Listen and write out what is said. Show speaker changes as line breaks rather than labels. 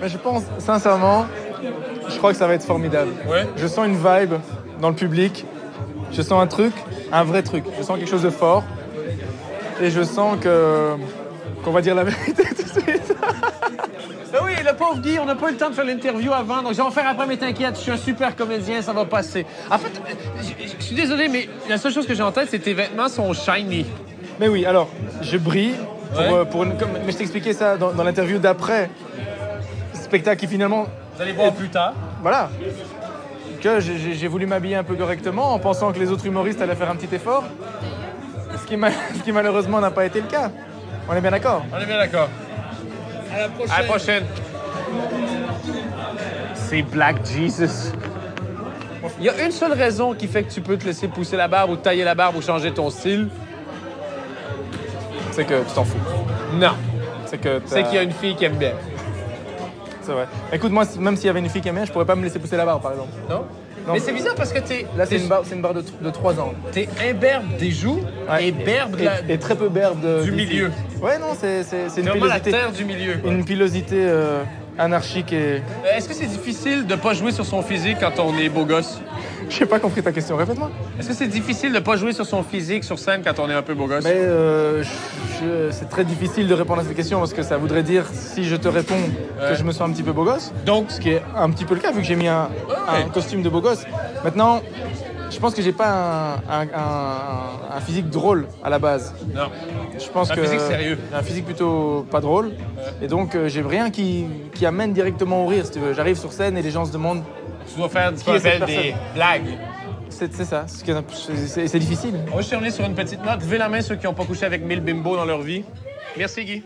Mais je pense, sincèrement, je crois que ça va être formidable.
Ouais.
Je sens une vibe dans le public. Je sens un truc, un vrai truc. Je sens quelque chose de fort. Et je sens que qu'on va dire la vérité tout de suite.
Ben oui, le pauvre Guy, on n'a pas eu le temps de faire l'interview avant, donc je vais en faire après, mais t'inquiète, je suis un super comédien, ça va passer. En fait, euh, je- je je suis désolé, mais la seule chose que j'ai en tête, c'est tes vêtements sont shiny.
Mais oui, alors, je brille. Pour,
Ouais.
euh, pour une- comme- mais je t'expliquais ça dans, dans l'interview d'après. Spectacle qui finalement
Vous allez voir plus tard.
voilà. Que j'ai- j'ai j'ai voulu m'habiller un peu correctement en pensant que les autres humoristes allaient faire un petit effort. Ce qui, ma- ce qui malheureusement n'a pas été le cas. On est bien d'accord
On est bien d'accord. À la prochaine.
C'est Black Jesus. Il y a une seule raison qui fait que tu peux te laisser pousser la barbe ou tailler la barbe ou changer ton style.
C'est que tu t'en fous.
Non.
C'est que t'as-
C'est qu'il y a une fille qui aime bien.
C'est vrai. Écoute, moi, même s'il y avait une fille qui aimait, je pourrais pas me laisser pousser la barre, par exemple.
Non?
Non.
Mais c'est bizarans parce que t'es.
Là, c'est
t'es-
une barre, c'est une barre de, tr- de 3 ans.
T'es imberbe des joues
Ouais.
et berbe de
Et,
la.
et très peu berbe de-
Du
d'ici.
milieu.
Ouais, non, c'est c'est- c'est une
vraiment la
pilosité.
terre du milieu. quoi.
Une pilosité euh, anarchique et.
Euh, Est-ce que c'est difficile de pas jouer sur son physique quand on est beau gosse?
J'ai pas compris ta question, répète-moi.
Est-ce que c'est difficile de pas jouer sur son physique sur scène quand on est un peu beau gosse?
Mais euh, je- je- c'est très difficile de répondre à cette question parce que ça voudrait dire, si je te réponds, que
Ouais.
je me sens un petit peu beau gosse.
Donc,
Ce qui est un petit peu le cas vu que j'ai mis un,
Ouais.
un costume de beau gosse. Maintenant, je pense que j'ai pas un, un- un- un physique drôle à la base.
Non.
Je pense
Un
que
physique sérieux.
j'ai Un physique plutôt pas drôle. Et donc euh, j'ai rien qui, qui amène directement au rire. Si tu veux, j'arrive sur scène et les gens se demandent.
Tu dois faire ce
Qui
qu'on
est cette
appelle des
personne
blagues.
C'est c'est ça. c'est ce que- c'est- C'est c'est difficile.
on va se terminer sur une petite note. Levez la main ceux qui n'ont pas couché avec 1000 bimbos dans leur vie. Merci, Guy.